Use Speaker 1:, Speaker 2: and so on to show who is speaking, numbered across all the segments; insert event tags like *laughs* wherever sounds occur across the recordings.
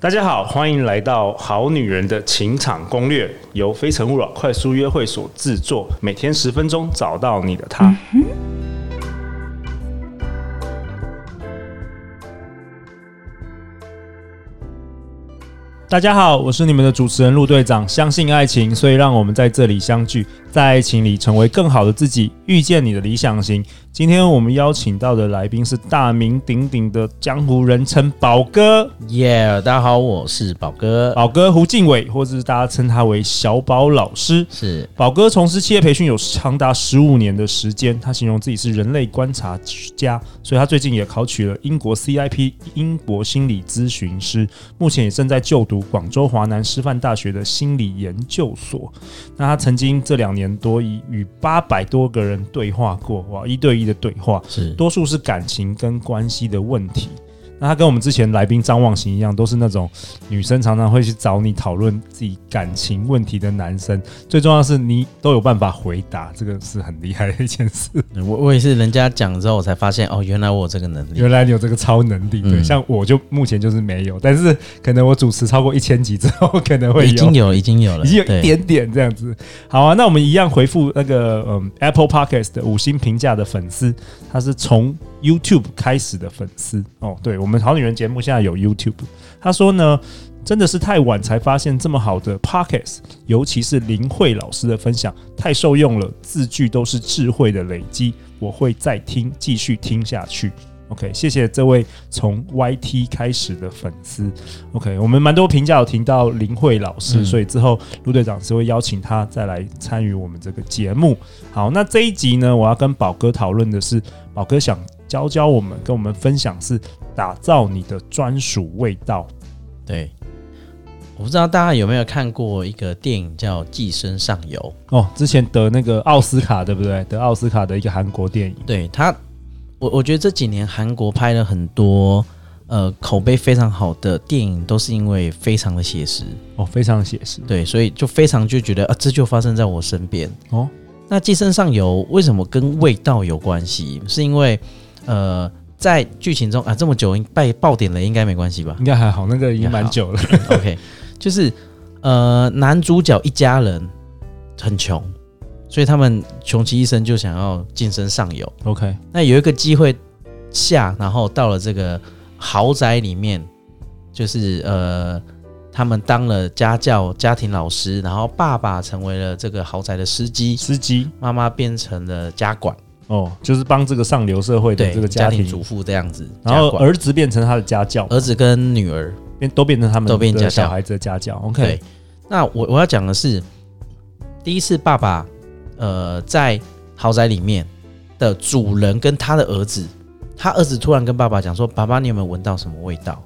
Speaker 1: 大家好，欢迎来到《好女人的情场攻略》，由非诚勿扰快速约会所制作，每天十分钟，找到你的他。
Speaker 2: 大家好，我是你们的主持人陆队长。相信爱情，所以让我们在这里相聚，在爱情里成为更好的自己，遇见你的理想型。今天我们邀请到的来宾是大名鼎鼎的江湖人称宝哥，
Speaker 3: 耶大家好，我是宝哥，
Speaker 2: 宝哥胡敬伟，或者是大家称他为小宝老师。
Speaker 3: 是
Speaker 2: 宝哥从事企业培训有长达十五年的时间，他形容自己是人类观察家，所以他最近也考取了英国 CIP 英国心理咨询师，目前也正在就读广州华南师范大学的心理研究所。那他曾经这两年多已与八百多个人对话过，哇，一对一的对话，
Speaker 3: 是
Speaker 2: 多数是感情跟关系的问题。那他跟我们之前来宾张望行一样，都是那种女生常常会去找你讨论自己感情问题的男生。最重要的是你都有办法回答，这个是很厉害的一件事。
Speaker 3: 我我也是人家讲之后我才发现哦，原来我有这个能力
Speaker 2: 原来你有这个超能力，对，
Speaker 3: 嗯
Speaker 2: 像我就目前就是没有，但是可能我主持超过一千集之后，可能会有，
Speaker 3: 已经有已经有了，
Speaker 2: 已经有一
Speaker 3: 对
Speaker 2: 点点这样子。好啊，那我们一样回复那个嗯 Apple Podcast 的五星评价的粉丝，他是从 YouTube 开始的粉丝哦。对我们好女人节目现在有 YouTube，他说呢。真的是太晚才发现这么好的 Podcast，尤其是林慧老师的分享太受用了，字句都是智慧的累积，我会再听，继续听下去。OK，谢谢这位从 YT 开始的粉丝。OK，我们蛮多评价有听到林慧老师，
Speaker 3: 嗯
Speaker 2: 所以之后陆队长是会邀请他再来参与我们这个节目。好，那这一集呢，我要跟宝哥讨论的是，宝哥想教教我们，跟我们分享是打造你的专属味道。
Speaker 3: 对。我不知道大家有没有看过一个电影叫《寄生上游》，
Speaker 2: 哦，之前得那个奥斯卡对不对？得奥斯卡的一个韩国电影，
Speaker 3: 对他，我我觉得这几年韩国拍了很多呃口碑非常好的电影，都是因为非常的写实，
Speaker 2: 哦，非常写实。
Speaker 3: 对，所以就非常就觉得啊，这就发生在我身边
Speaker 2: 哦
Speaker 3: 哦。那寄生上游为什么跟味道有关系？是因为呃，在剧情中啊，这么久被爆点了，应该没
Speaker 2: *laughs*
Speaker 3: 关系吧
Speaker 2: 应该还好，那个已经蛮久了。
Speaker 3: ？OK，就是呃，男主角一家人很穷，所以他们穷其一生就想要晋升上游。
Speaker 2: OK，
Speaker 3: 那有一个机会下，然后到了这个豪宅里面，就是呃，他们当了家教、家庭老师，然后爸爸成为了这个豪宅的司机，
Speaker 2: 司机
Speaker 3: 妈妈变成了家管，
Speaker 2: 哦，就是帮这个上流社会的
Speaker 3: 对，
Speaker 2: 这个
Speaker 3: 家
Speaker 2: 家庭，
Speaker 3: 主妇这样子。
Speaker 2: 然后
Speaker 3: 家管
Speaker 2: 儿子变成他的家教，
Speaker 3: 儿子跟女儿，
Speaker 2: 变都变成他们
Speaker 3: 都变
Speaker 2: 的
Speaker 3: 家教
Speaker 2: 小孩子的家教。OK，
Speaker 3: 对。那我我要讲的是，第一次爸爸呃在豪宅里面的主人跟他的儿子，他儿子突然跟爸爸讲说：“爸爸，你有没有闻到什么味道？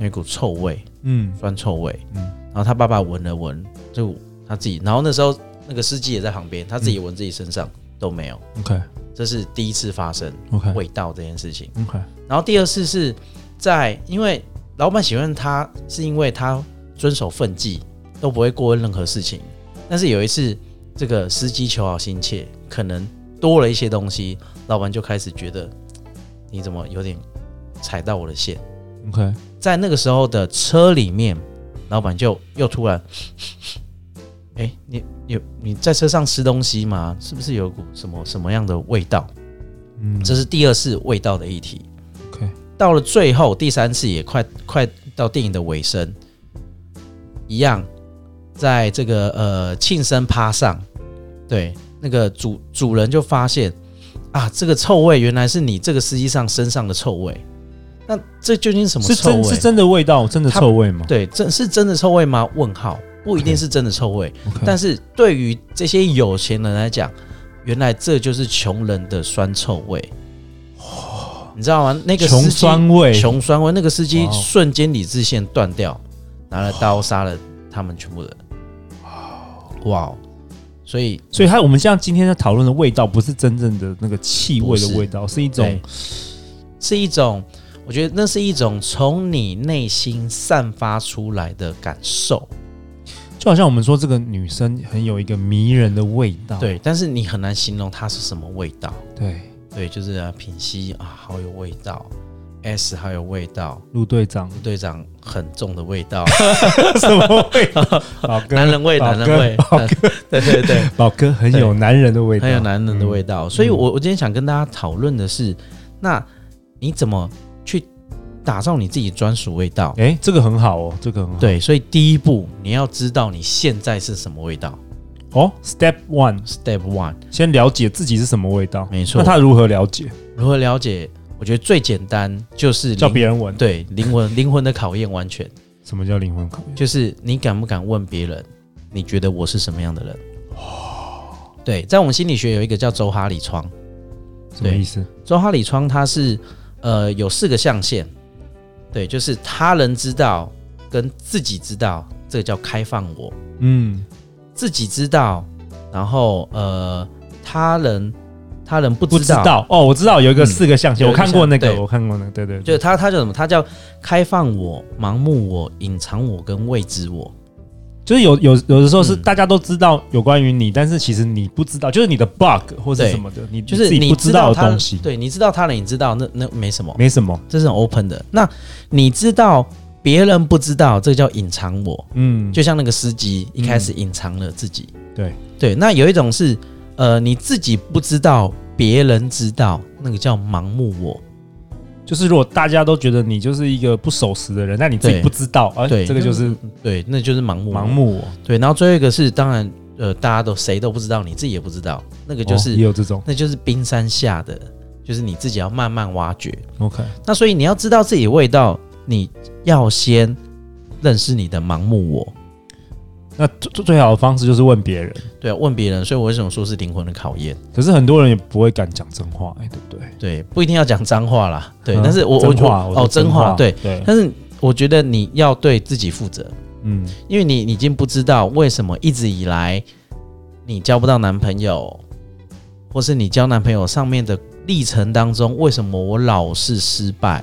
Speaker 3: 有一股臭味。”
Speaker 2: 嗯，
Speaker 3: 酸臭味，
Speaker 2: 嗯
Speaker 3: 嗯，然后他爸爸闻了闻，就他自己，然后那时候那个司机也在旁边，他自己闻自己身上、都没有，
Speaker 2: OK
Speaker 3: 这是第一次发生
Speaker 2: OK
Speaker 3: 味道这件事情。
Speaker 2: OK，
Speaker 3: 然后第二次是在因为老板喜欢他，是因为他遵守分纪，都不会过问任何事情。但是有一次，这个司机求好心切，可能多了一些东西，老板就开始觉得你怎么有点踩到我的线。
Speaker 2: OK，
Speaker 3: 在那个时候的车里面，老板就又突然， *laughs* 哎、你有你在车上吃东西吗？是不是有股什么什么样的味道？
Speaker 2: 嗯，
Speaker 3: 这是第二次味道的议题。
Speaker 2: OK
Speaker 3: 到了最后第三次也快快到电影的尾声，一样在这个呃庆生趴上，对那个主主人就发现啊，这个臭味原来是你这个司机上身上的臭味。那这究竟是什么
Speaker 2: 是
Speaker 3: 臭味？
Speaker 2: 真是真的味道，真的
Speaker 3: 他
Speaker 2: 臭味吗？
Speaker 3: 对，这是真的臭味吗？问号，不一定是真的臭味
Speaker 2: OK
Speaker 3: 但是对于这些有钱人来讲，原来这就是穷人的酸臭味。你知道吗？那个
Speaker 2: 哦穷
Speaker 3: 司机
Speaker 2: 酸味
Speaker 3: 穷酸味，那个司
Speaker 2: 哇
Speaker 3: 机
Speaker 2: 哦
Speaker 3: 瞬间理智线断掉，拿了刀杀了他们全部人。哇哦，所以
Speaker 2: 所以它我们像今天在讨论的味道，不是真正的那个气味的味道，是一种
Speaker 3: 对是一种，我觉得那是一种从你内心散发出来的感受。
Speaker 2: 哦就好像我们说这个女生很有一个迷人的味道，
Speaker 3: 对，但是你很难形容它是什么味道。
Speaker 2: 对，
Speaker 3: 对，就是啊，品析啊，好有味道，S 好有味道，
Speaker 2: 陆队长 *laughs*
Speaker 3: 队长很重的味道，
Speaker 2: 什么味道？宝哥，
Speaker 3: 男人味，
Speaker 2: 宝
Speaker 3: 男
Speaker 2: 哥
Speaker 3: 人味，
Speaker 2: 宝哥，
Speaker 3: 对对对，
Speaker 2: 宝哥很有男人的味道，
Speaker 3: 很有男人的味
Speaker 2: 嗯
Speaker 3: 道。所以我，我今天想跟大家讨论的是，那你怎么去打造你自己专属味道？
Speaker 2: 哎、这个很好哦，这个很好。
Speaker 3: 对，所以第一步你要知道你现在是什么味道。
Speaker 2: 哦，Step One，
Speaker 3: Step One，
Speaker 2: 先了解自己是什么味道。
Speaker 3: 没错
Speaker 2: 那他如何了解？
Speaker 3: 如何了解？我觉得最简单就是
Speaker 2: 叫
Speaker 3: 灵
Speaker 2: 别人闻。，
Speaker 3: 对灵魂灵魂的考验，完全
Speaker 2: 什么叫灵魂考验？
Speaker 3: 就是你敢不敢问别人，你觉得我是什么样的人？对，在我们心理学有一个叫周哈里窗，
Speaker 2: 什么意思？
Speaker 3: 周哈里窗它是呃有四个象限，对，就是他人知道跟自己知道，这个叫开放我，
Speaker 2: 嗯，
Speaker 3: 自己知道，然后呃他人他人不
Speaker 2: 不
Speaker 3: 知
Speaker 2: 知
Speaker 3: 道，
Speaker 2: 道哦，我知道有一个
Speaker 3: 嗯
Speaker 2: 四个象限，
Speaker 3: 有
Speaker 2: 我
Speaker 3: 一个
Speaker 2: 看过那
Speaker 3: 象
Speaker 2: 个，
Speaker 3: 对
Speaker 2: 我看过那个，对对
Speaker 3: 就
Speaker 2: 对，
Speaker 3: 是他他叫什么？他叫开放我、盲目我、隐藏我跟未知我。
Speaker 2: 就是有有有的时候是
Speaker 3: 嗯
Speaker 2: 大家都知道有关于你，但是其实你不知道，就是你的 bug 或是
Speaker 3: 对
Speaker 2: 什么的，你
Speaker 3: 就是
Speaker 2: 自己
Speaker 3: 你
Speaker 2: 不知道的
Speaker 3: 他
Speaker 2: 东西，
Speaker 3: 对，你知道他人，你知道那那没什么，
Speaker 2: 没什么。
Speaker 3: 这是很 open 的。那你知道别人不知道，这叫隐藏我。
Speaker 2: 嗯，
Speaker 3: 就像那个司机一开始隐藏了自己。
Speaker 2: 对
Speaker 3: 对，那有一种是呃你自己不知道，别人知道，那个叫盲目我。
Speaker 2: 就是如果大家都觉得你就是一个不守时的人，但你自己
Speaker 3: 对
Speaker 2: 不知道，哎，
Speaker 3: 对嗯
Speaker 2: 这个就是
Speaker 3: 对，那就是盲目我
Speaker 2: 盲。目哦，
Speaker 3: 对，然后最后一个是当然呃大家都谁都不知道，你自己也不知道，那个就
Speaker 2: 哦
Speaker 3: 是
Speaker 2: 也有这种
Speaker 3: 那就是冰山下的，就是你自己要慢慢挖掘。
Speaker 2: OK，
Speaker 3: 那所以你要知道自己的味道，你要先认识你的盲目我。
Speaker 2: 那最最好的方式就是问别人。
Speaker 3: 对啊，问别人，所以我为什么说是灵魂的考验？
Speaker 2: 可是很多人也不会敢讲真话、哎，对不对？
Speaker 3: 对，不一定要讲脏话啦。对，
Speaker 2: 嗯
Speaker 3: 但是我我
Speaker 2: 真话我
Speaker 3: 哦
Speaker 2: 说
Speaker 3: 真话对，
Speaker 2: 对，
Speaker 3: 但是我觉得你要对自己负责，
Speaker 2: 嗯，
Speaker 3: 因为你你已经不知道为什么一直以来你交不到男朋友，或是你交男朋友上面的历程当中，为什么我老是失败？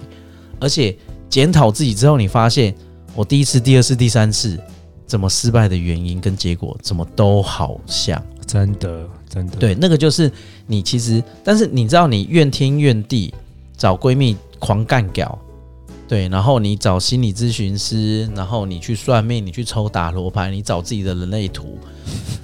Speaker 3: 而且检讨自己之后，你发现我第一次、第二次、第三次怎么失败的原因跟结果，怎么都好像。
Speaker 2: 真的真的，。
Speaker 3: 对，那个就是你其实，但是你知道，你怨天怨地，找闺蜜狂干屌，对，然后你找心理咨询师，然后你去算命，你去抽打罗盘，你找自己的人类图，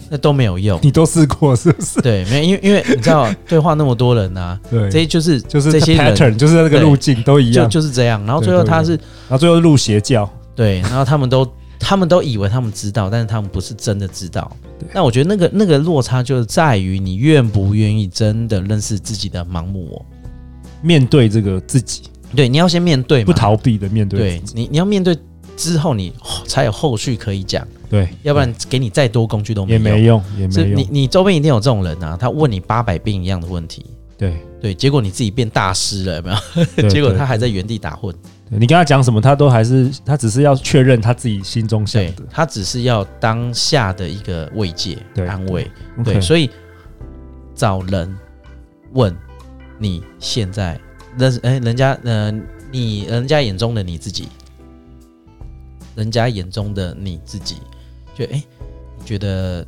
Speaker 3: 那都没有用
Speaker 2: 你都试过是不
Speaker 3: *laughs*
Speaker 2: 是？
Speaker 3: 对，没有，因为因为你知道，对话那么多人啊，
Speaker 2: 对，
Speaker 3: 这就是
Speaker 2: 就是
Speaker 3: 这些人
Speaker 2: pattern，就是那个路径都一
Speaker 3: 就
Speaker 2: 样，
Speaker 3: 就是这样，然后
Speaker 2: 对
Speaker 3: 最后
Speaker 2: 都一
Speaker 3: 他
Speaker 2: 样
Speaker 3: 是
Speaker 2: 然后最后入邪教，
Speaker 3: 对，然后他们都他们都以为他们知道，但是他们不是真的知道
Speaker 2: 对。
Speaker 3: 那我觉得那个那个落差就是在于你愿不愿意真的认识自己的盲目我。
Speaker 2: 面对这个自己，
Speaker 3: 对，你要先面对嘛，
Speaker 2: 不逃避的面对
Speaker 3: 对
Speaker 2: 自己，
Speaker 3: 你，你要面对之后你， *sighs* 哦才有后续可以讲，
Speaker 2: 对，
Speaker 3: 要不然给你再多工具都没
Speaker 2: 也
Speaker 3: 用。
Speaker 2: 没用，也
Speaker 3: 是
Speaker 2: 没
Speaker 3: 你
Speaker 2: 用，
Speaker 3: 你周边一定有这种人啊，他问你八百遍一样的问题，
Speaker 2: 对。
Speaker 3: 对，结果你自己变大师了，有没有？ *laughs*
Speaker 2: 对
Speaker 3: 结果
Speaker 2: 对
Speaker 3: 他还在原地打混。
Speaker 2: 对你跟他讲什么，他都还是他只是要确认他自己心中想
Speaker 3: 对
Speaker 2: 的，
Speaker 3: 他只是要当下的一个慰藉、
Speaker 2: 对
Speaker 3: 安慰。
Speaker 2: OK
Speaker 3: 对，所以找人问你现在认哎、人家呃你人家眼中的你自己，人家眼中的你自己，就哎、你觉得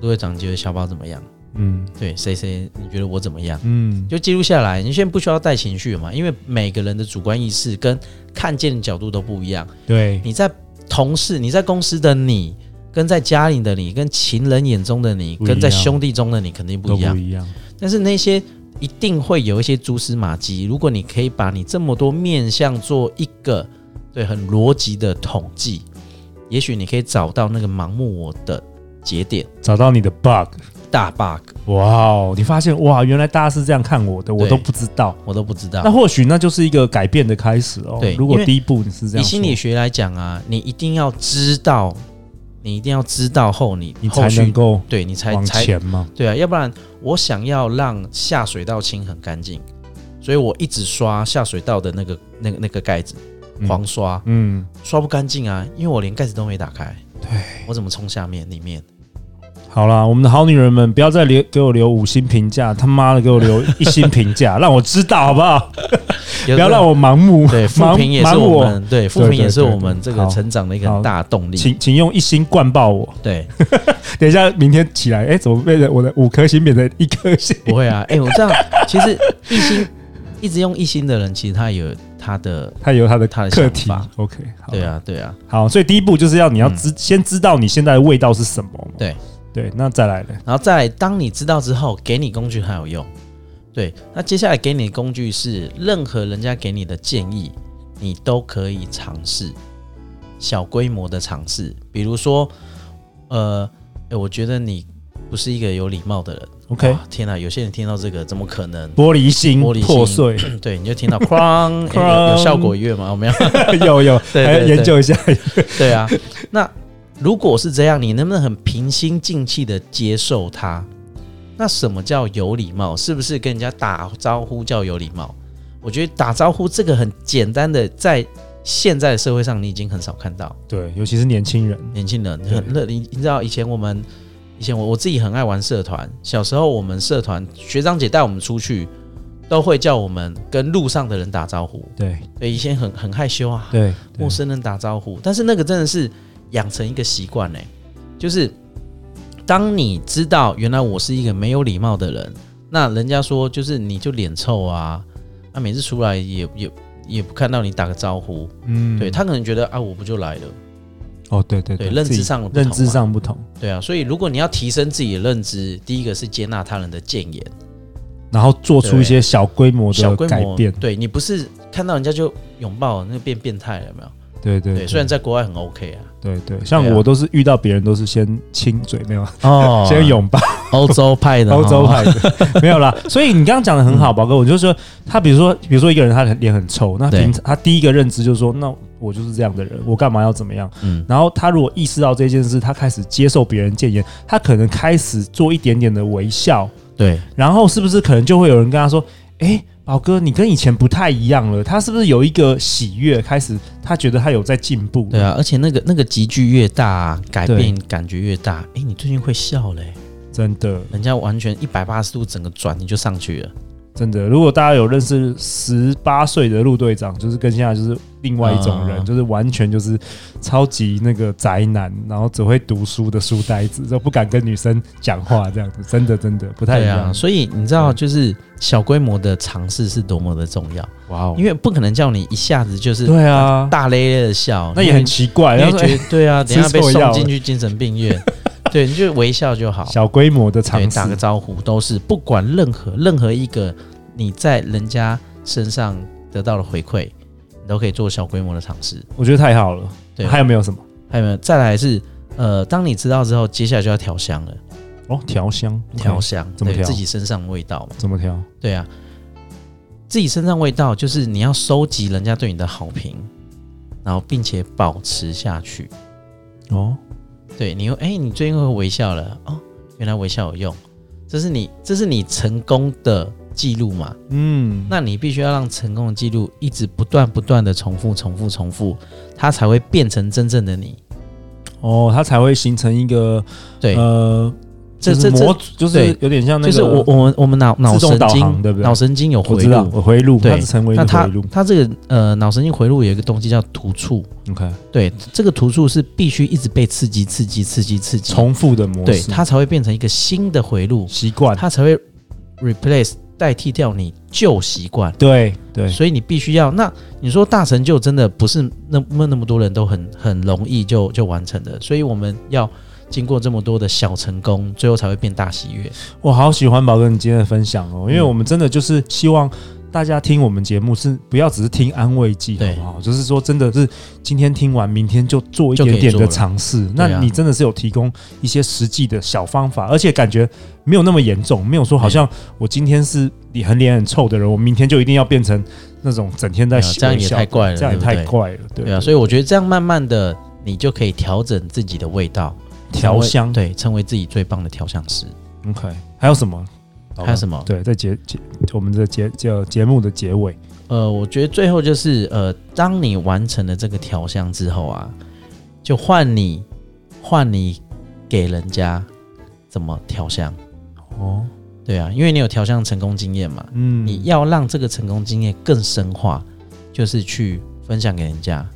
Speaker 3: 陆队长觉得小宝怎么样？
Speaker 2: 嗯
Speaker 3: 对，谁谁你觉得我怎么样？
Speaker 2: 嗯，
Speaker 3: 就记录下来，你现在不需要带情绪嘛，因为每个人的主观意识跟看见的角度都不一样。
Speaker 2: 对
Speaker 3: 你在同事、你在公司的你，跟在家里的你，跟情人眼中的你，
Speaker 2: 不一样
Speaker 3: 跟在兄弟中的你肯定不
Speaker 2: 都
Speaker 3: 一
Speaker 2: 不
Speaker 3: 样。
Speaker 2: 一样，
Speaker 3: 但是那些一定会有一些蛛丝马迹。如果你可以把你这么多面相做一个对很逻辑的统计，也许你可以找到那个盲目我的节点
Speaker 2: 找到你的 bug，
Speaker 3: 大 bug，
Speaker 2: 哇哦，你发现哇，原来大家是这样看我的，我
Speaker 3: 对
Speaker 2: 都不知道。
Speaker 3: 我都不知
Speaker 2: 那
Speaker 3: 道。
Speaker 2: 或许那就是一个改变的开始哦。
Speaker 3: 对
Speaker 2: 如果
Speaker 3: 因为
Speaker 2: 第一步你是这
Speaker 3: 以
Speaker 2: 样说，
Speaker 3: 心理学来讲啊，你一定要知道，你一定要知道后，你
Speaker 2: 你
Speaker 3: 后
Speaker 2: 才
Speaker 3: 续
Speaker 2: 能够
Speaker 3: 对你才
Speaker 2: 往
Speaker 3: 才
Speaker 2: 前嘛。
Speaker 3: 对啊，要不然我想要让下水道清很干净，所以我一直刷下水道的那个那个那个盖子，
Speaker 2: 嗯
Speaker 3: 狂刷、
Speaker 2: 嗯，
Speaker 3: 刷不干净啊，因为我连盖子都没打开。对，我怎么冲下面里面？
Speaker 2: 好啦，我们的好女人们，不要再留给我留五星评价，他妈的给我留一星评
Speaker 3: *laughs*
Speaker 2: 价，让我知道好不好？
Speaker 3: 不
Speaker 2: 不要让我盲目， *laughs*
Speaker 3: 对
Speaker 2: 盲
Speaker 3: 负评也是
Speaker 2: 盲
Speaker 3: 我
Speaker 2: 我，
Speaker 3: 们对负评也是
Speaker 2: 对对
Speaker 3: 我们这个
Speaker 2: 好
Speaker 3: 成长的一个
Speaker 2: 好
Speaker 3: 很大的动力。
Speaker 2: 请请用一星灌爆我。
Speaker 3: 对，
Speaker 2: 等一下，明天起来，哎，怎么变成我的五颗星变成一颗星？ *laughs*
Speaker 3: 不会啊，哎、我这样其实一心一直用一心的人，其实他有他的
Speaker 2: 他有他的
Speaker 3: 他的
Speaker 2: 课
Speaker 3: 想
Speaker 2: 题
Speaker 3: 法。
Speaker 2: OK，好
Speaker 3: 对，啊对啊，
Speaker 2: 好，所以第一步就是要你要知、先知道你现在的味道是什么嘛。
Speaker 3: 对
Speaker 2: 对，那再来呢？
Speaker 3: 然后再来当你知道之后，给你工具很有用。对，那接下来给你的工具是任何人家给你的建议，你都可以尝试，小规模的尝试。比如说，呃，诶我觉得你不是一个有礼貌的人。
Speaker 2: OK
Speaker 3: 哇天哪，有些人听到这个怎么可能？
Speaker 2: 玻璃心
Speaker 3: 玻璃心
Speaker 2: 破
Speaker 3: *laughs*
Speaker 2: 碎， *laughs*
Speaker 3: 对，你就听到哐、诶有有效果乐吗？我们要
Speaker 2: 有有，
Speaker 3: 对对
Speaker 2: 还要研究一下。 *laughs*
Speaker 3: 对啊， *laughs* 那如果是这样，你能不能很平心静气的接受它？那什么叫有礼貌？是不是跟人家打招呼叫有礼貌？我觉得打招呼这个很简单的，在现在的社会上，你已经很少看到
Speaker 2: 对，尤其是年轻人，
Speaker 3: 年轻人很热。你你知道以前我们，以前我我自己很爱玩社团，小时候我们社团学长姐带我们出去，都会叫我们跟路上的人打招呼。
Speaker 2: 对
Speaker 3: 对，以前很很害羞啊，
Speaker 2: 对
Speaker 3: 陌生人打招呼，但是那个真的是养成一个习惯呢，欸就是当你知道原来我是一个没有礼貌的人，那人家说就是你就脸臭啊，那、每次出来也也也不看到你打个招呼，
Speaker 2: 嗯
Speaker 3: 对他可能觉得啊我不就来了，
Speaker 2: 哦，对对
Speaker 3: 对认
Speaker 2: 自己
Speaker 3: 知上的不同啊
Speaker 2: 认
Speaker 3: 嘛
Speaker 2: 知上不同，
Speaker 3: 对啊，所以如果你要提升自己的认知，第一个是接纳他人的谏言，
Speaker 2: 然后做出一些小规模
Speaker 3: 小
Speaker 2: 的
Speaker 3: 规
Speaker 2: 改
Speaker 3: 模，
Speaker 2: 变。
Speaker 3: 对你不是看到人家就拥抱，那变变态了有没有？
Speaker 2: 对对
Speaker 3: 对，虽然在国外很 OK 啊，
Speaker 2: 对对，像
Speaker 3: 对啊
Speaker 2: 我都是遇到别人都是先亲嘴，没有啊
Speaker 3: 哦
Speaker 2: 先拥抱，
Speaker 3: 欧洲派
Speaker 2: *laughs*
Speaker 3: 的哦
Speaker 2: 欧洲派
Speaker 3: *laughs*
Speaker 2: 的没有啦。所以你刚刚讲的很
Speaker 3: 嗯
Speaker 2: 好，宝哥，我就说他，比如说，比如说一个人他的脸很臭，那
Speaker 3: 对
Speaker 2: 平常他第一个认知就是说，那我就是这样的人，我干嘛要怎么样？
Speaker 3: 嗯
Speaker 2: 然后他如果意识到这件事，他开始接受别人谏言，他可能开始做一点点的微笑，
Speaker 3: 对，
Speaker 2: 然后是不是可能就会有人跟他说：“诶，宝哥，你跟以前不太一样了。”他是不是有一个喜悦，开始他觉得他有在进步？
Speaker 3: 对啊，而且那个那个集距越大、
Speaker 2: 嗯
Speaker 3: 改
Speaker 2: 对
Speaker 3: 变感觉越大。哎、你最近会笑嘞、
Speaker 2: 真的，
Speaker 3: 人家完全一百八十度整个转你就上去了，
Speaker 2: 真的。如果大家有认识十八岁的陆队长，就是跟现在就是另外一种人，
Speaker 3: 啊
Speaker 2: 就是完全就是超级那个宅男，然后只会读书的书呆子，就不敢跟女生讲话这样子。真的，真的不太一
Speaker 3: 对
Speaker 2: 样
Speaker 3: 啊。。所以你知道，就是小规模的尝试是多么的重要，
Speaker 2: 哇哦
Speaker 3: 因为不可能叫你一下子就是
Speaker 2: 对啊，
Speaker 3: 大咧咧的笑，
Speaker 2: 哦那也很奇怪。
Speaker 3: 你
Speaker 2: 然
Speaker 3: 会
Speaker 2: 后说
Speaker 3: 觉得
Speaker 2: *laughs*
Speaker 3: 对啊，
Speaker 2: 吃
Speaker 3: 等一下被
Speaker 2: 错药
Speaker 3: 送
Speaker 2: 了
Speaker 3: 进去精神
Speaker 2: *laughs*
Speaker 3: 病院，对，你就微笑就好，
Speaker 2: 哎小规模的
Speaker 3: 对，
Speaker 2: 尝试
Speaker 3: 打，个招呼都是不管任何任何一个你在人家身上得到的回馈，你都可以做小规模的尝试。
Speaker 2: 我觉得太好了。
Speaker 3: 对
Speaker 2: 还有没有什么？
Speaker 3: 还有没有？再来是呃，当你知道之后，接下来就要调香了。
Speaker 2: 哦，调香，
Speaker 3: 调香
Speaker 2: 怎么
Speaker 3: 对
Speaker 2: 调
Speaker 3: 自己身上的味道嘛？
Speaker 2: 怎么调？
Speaker 3: 对啊，自己身上味道就是你要收集人家对你的好评，然后并且保持下去。
Speaker 2: 哦，
Speaker 3: 对你又哎、你最近会微笑了哦，原来微笑有用，这是你这是你成功的记录嘛？
Speaker 2: 嗯，
Speaker 3: 那你必须要让成功的记录一直不断不断的重复重复重复，它才会变成真正的你。
Speaker 2: 哦，它才会形成一个
Speaker 3: 对，
Speaker 2: 呃，
Speaker 3: 这
Speaker 2: 就是
Speaker 3: 这这
Speaker 2: 模组，就是
Speaker 3: 对
Speaker 2: 有点像那
Speaker 3: 就
Speaker 2: 个，
Speaker 3: 是我我们我们脑脑
Speaker 2: 自动
Speaker 3: 神
Speaker 2: 导航
Speaker 3: 经
Speaker 2: 对不对
Speaker 3: 脑神经有
Speaker 2: 我
Speaker 3: 回
Speaker 2: 知道，
Speaker 3: 路，
Speaker 2: 我回路，
Speaker 3: 对
Speaker 2: 它是成为一
Speaker 3: 那
Speaker 2: 个
Speaker 3: 它
Speaker 2: 回路。
Speaker 3: 它这个呃脑神经回路有一个东西叫突触，
Speaker 2: OK，
Speaker 3: 对，这个突触是必须一直被刺激刺激刺激刺激，
Speaker 2: 重复的模
Speaker 3: 对
Speaker 2: 式，
Speaker 3: 它才会变成一个新的回路，
Speaker 2: 习惯，
Speaker 3: 它才会 replace 代替掉你旧习惯。
Speaker 2: 对对，
Speaker 3: 所以你必须要，那你说大成就真的不是那那那么多人都很很容易就就完成的，所以我们要经过这么多的小成功，最后才会变大喜悦。
Speaker 2: 我好喜欢宝哥你今天的分享哦，因为
Speaker 3: 嗯
Speaker 2: 我们真的就是希望大家听我们节目是不要只是听安慰剂，好
Speaker 3: 对
Speaker 2: 不好？就是说真的是今天听完，明天就做一
Speaker 3: 就可以
Speaker 2: 点点
Speaker 3: 做
Speaker 2: 的
Speaker 3: 了
Speaker 2: 尝试。
Speaker 3: 啊
Speaker 2: 那你真的是有提供一些实际的小方法，而且感觉没有那么严重，没有说好像我今天是脸很脸很臭的人，我明天就一定要变成那种整天在
Speaker 3: 对啊这样也
Speaker 2: 微笑
Speaker 3: 太怪了
Speaker 2: 这样也
Speaker 3: 对不对
Speaker 2: 太怪了，对
Speaker 3: 对啊，所以我觉得这样慢慢的，你就可以调整自己的味道，
Speaker 2: 调香
Speaker 3: 成为对，成为自己最棒的调香师。
Speaker 2: OK，还有什么？
Speaker 3: 还有什么？
Speaker 2: 对，在结结我们的节节节目的结尾，
Speaker 3: 呃，我觉得最后就是呃，当你完成了这个调香之后啊，就换你换你给人家怎么调香。
Speaker 2: 哦，
Speaker 3: 对啊，因为你有调香成功经验嘛，
Speaker 2: 嗯，
Speaker 3: 你要让这个成功经验更深化，就是去分享给人家，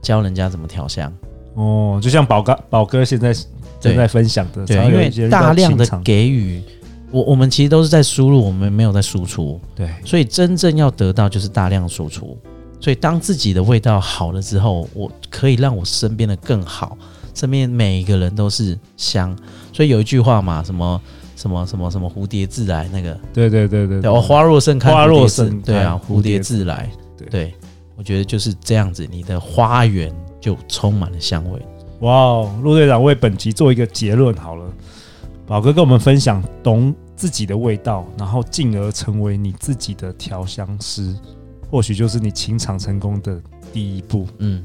Speaker 3: 教人家怎么调香。
Speaker 2: 哦，就像宝哥宝哥现在正在分享的，
Speaker 3: 对，
Speaker 2: 常
Speaker 3: 因
Speaker 2: 有一些
Speaker 3: 为
Speaker 2: 人
Speaker 3: 大
Speaker 2: 到
Speaker 3: 量的
Speaker 2: 情场
Speaker 3: 给予，我我们其实都是在输入，我们没有在输出，
Speaker 2: 对
Speaker 3: 所以真正要得到就是大量输出。所以当自己的味道好了之后，我可以让我身边的更好，身边每一个人都是香。所以有一句话嘛，什么什么什么什么蝴蝶自来那个，
Speaker 2: 对对对对
Speaker 3: 对哦，花若盛开，
Speaker 2: 花若
Speaker 3: 蝴蝶自
Speaker 2: 盛开
Speaker 3: 对啊，
Speaker 2: 蝴
Speaker 3: 蝴
Speaker 2: 蝶
Speaker 3: 蝶
Speaker 2: 自
Speaker 3: 自来，
Speaker 2: 对
Speaker 3: 对，我觉得就是这样子，你的花园就充满了香味。
Speaker 2: 哇哦，陆队长为本集做一个结论好了，宝哥跟我们分享懂自己的味道，然后进而成为你自己的调香师，或许就是你情场成功的第一步。
Speaker 3: 嗯，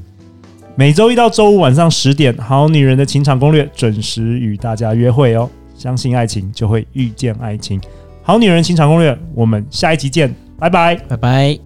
Speaker 2: 每周一到周五晚上十点，《好女人的情场攻略》准时与大家约会哦。相信爱情，就会遇见爱情。好女人情场攻略，我们下一集见，拜拜。
Speaker 3: 拜拜。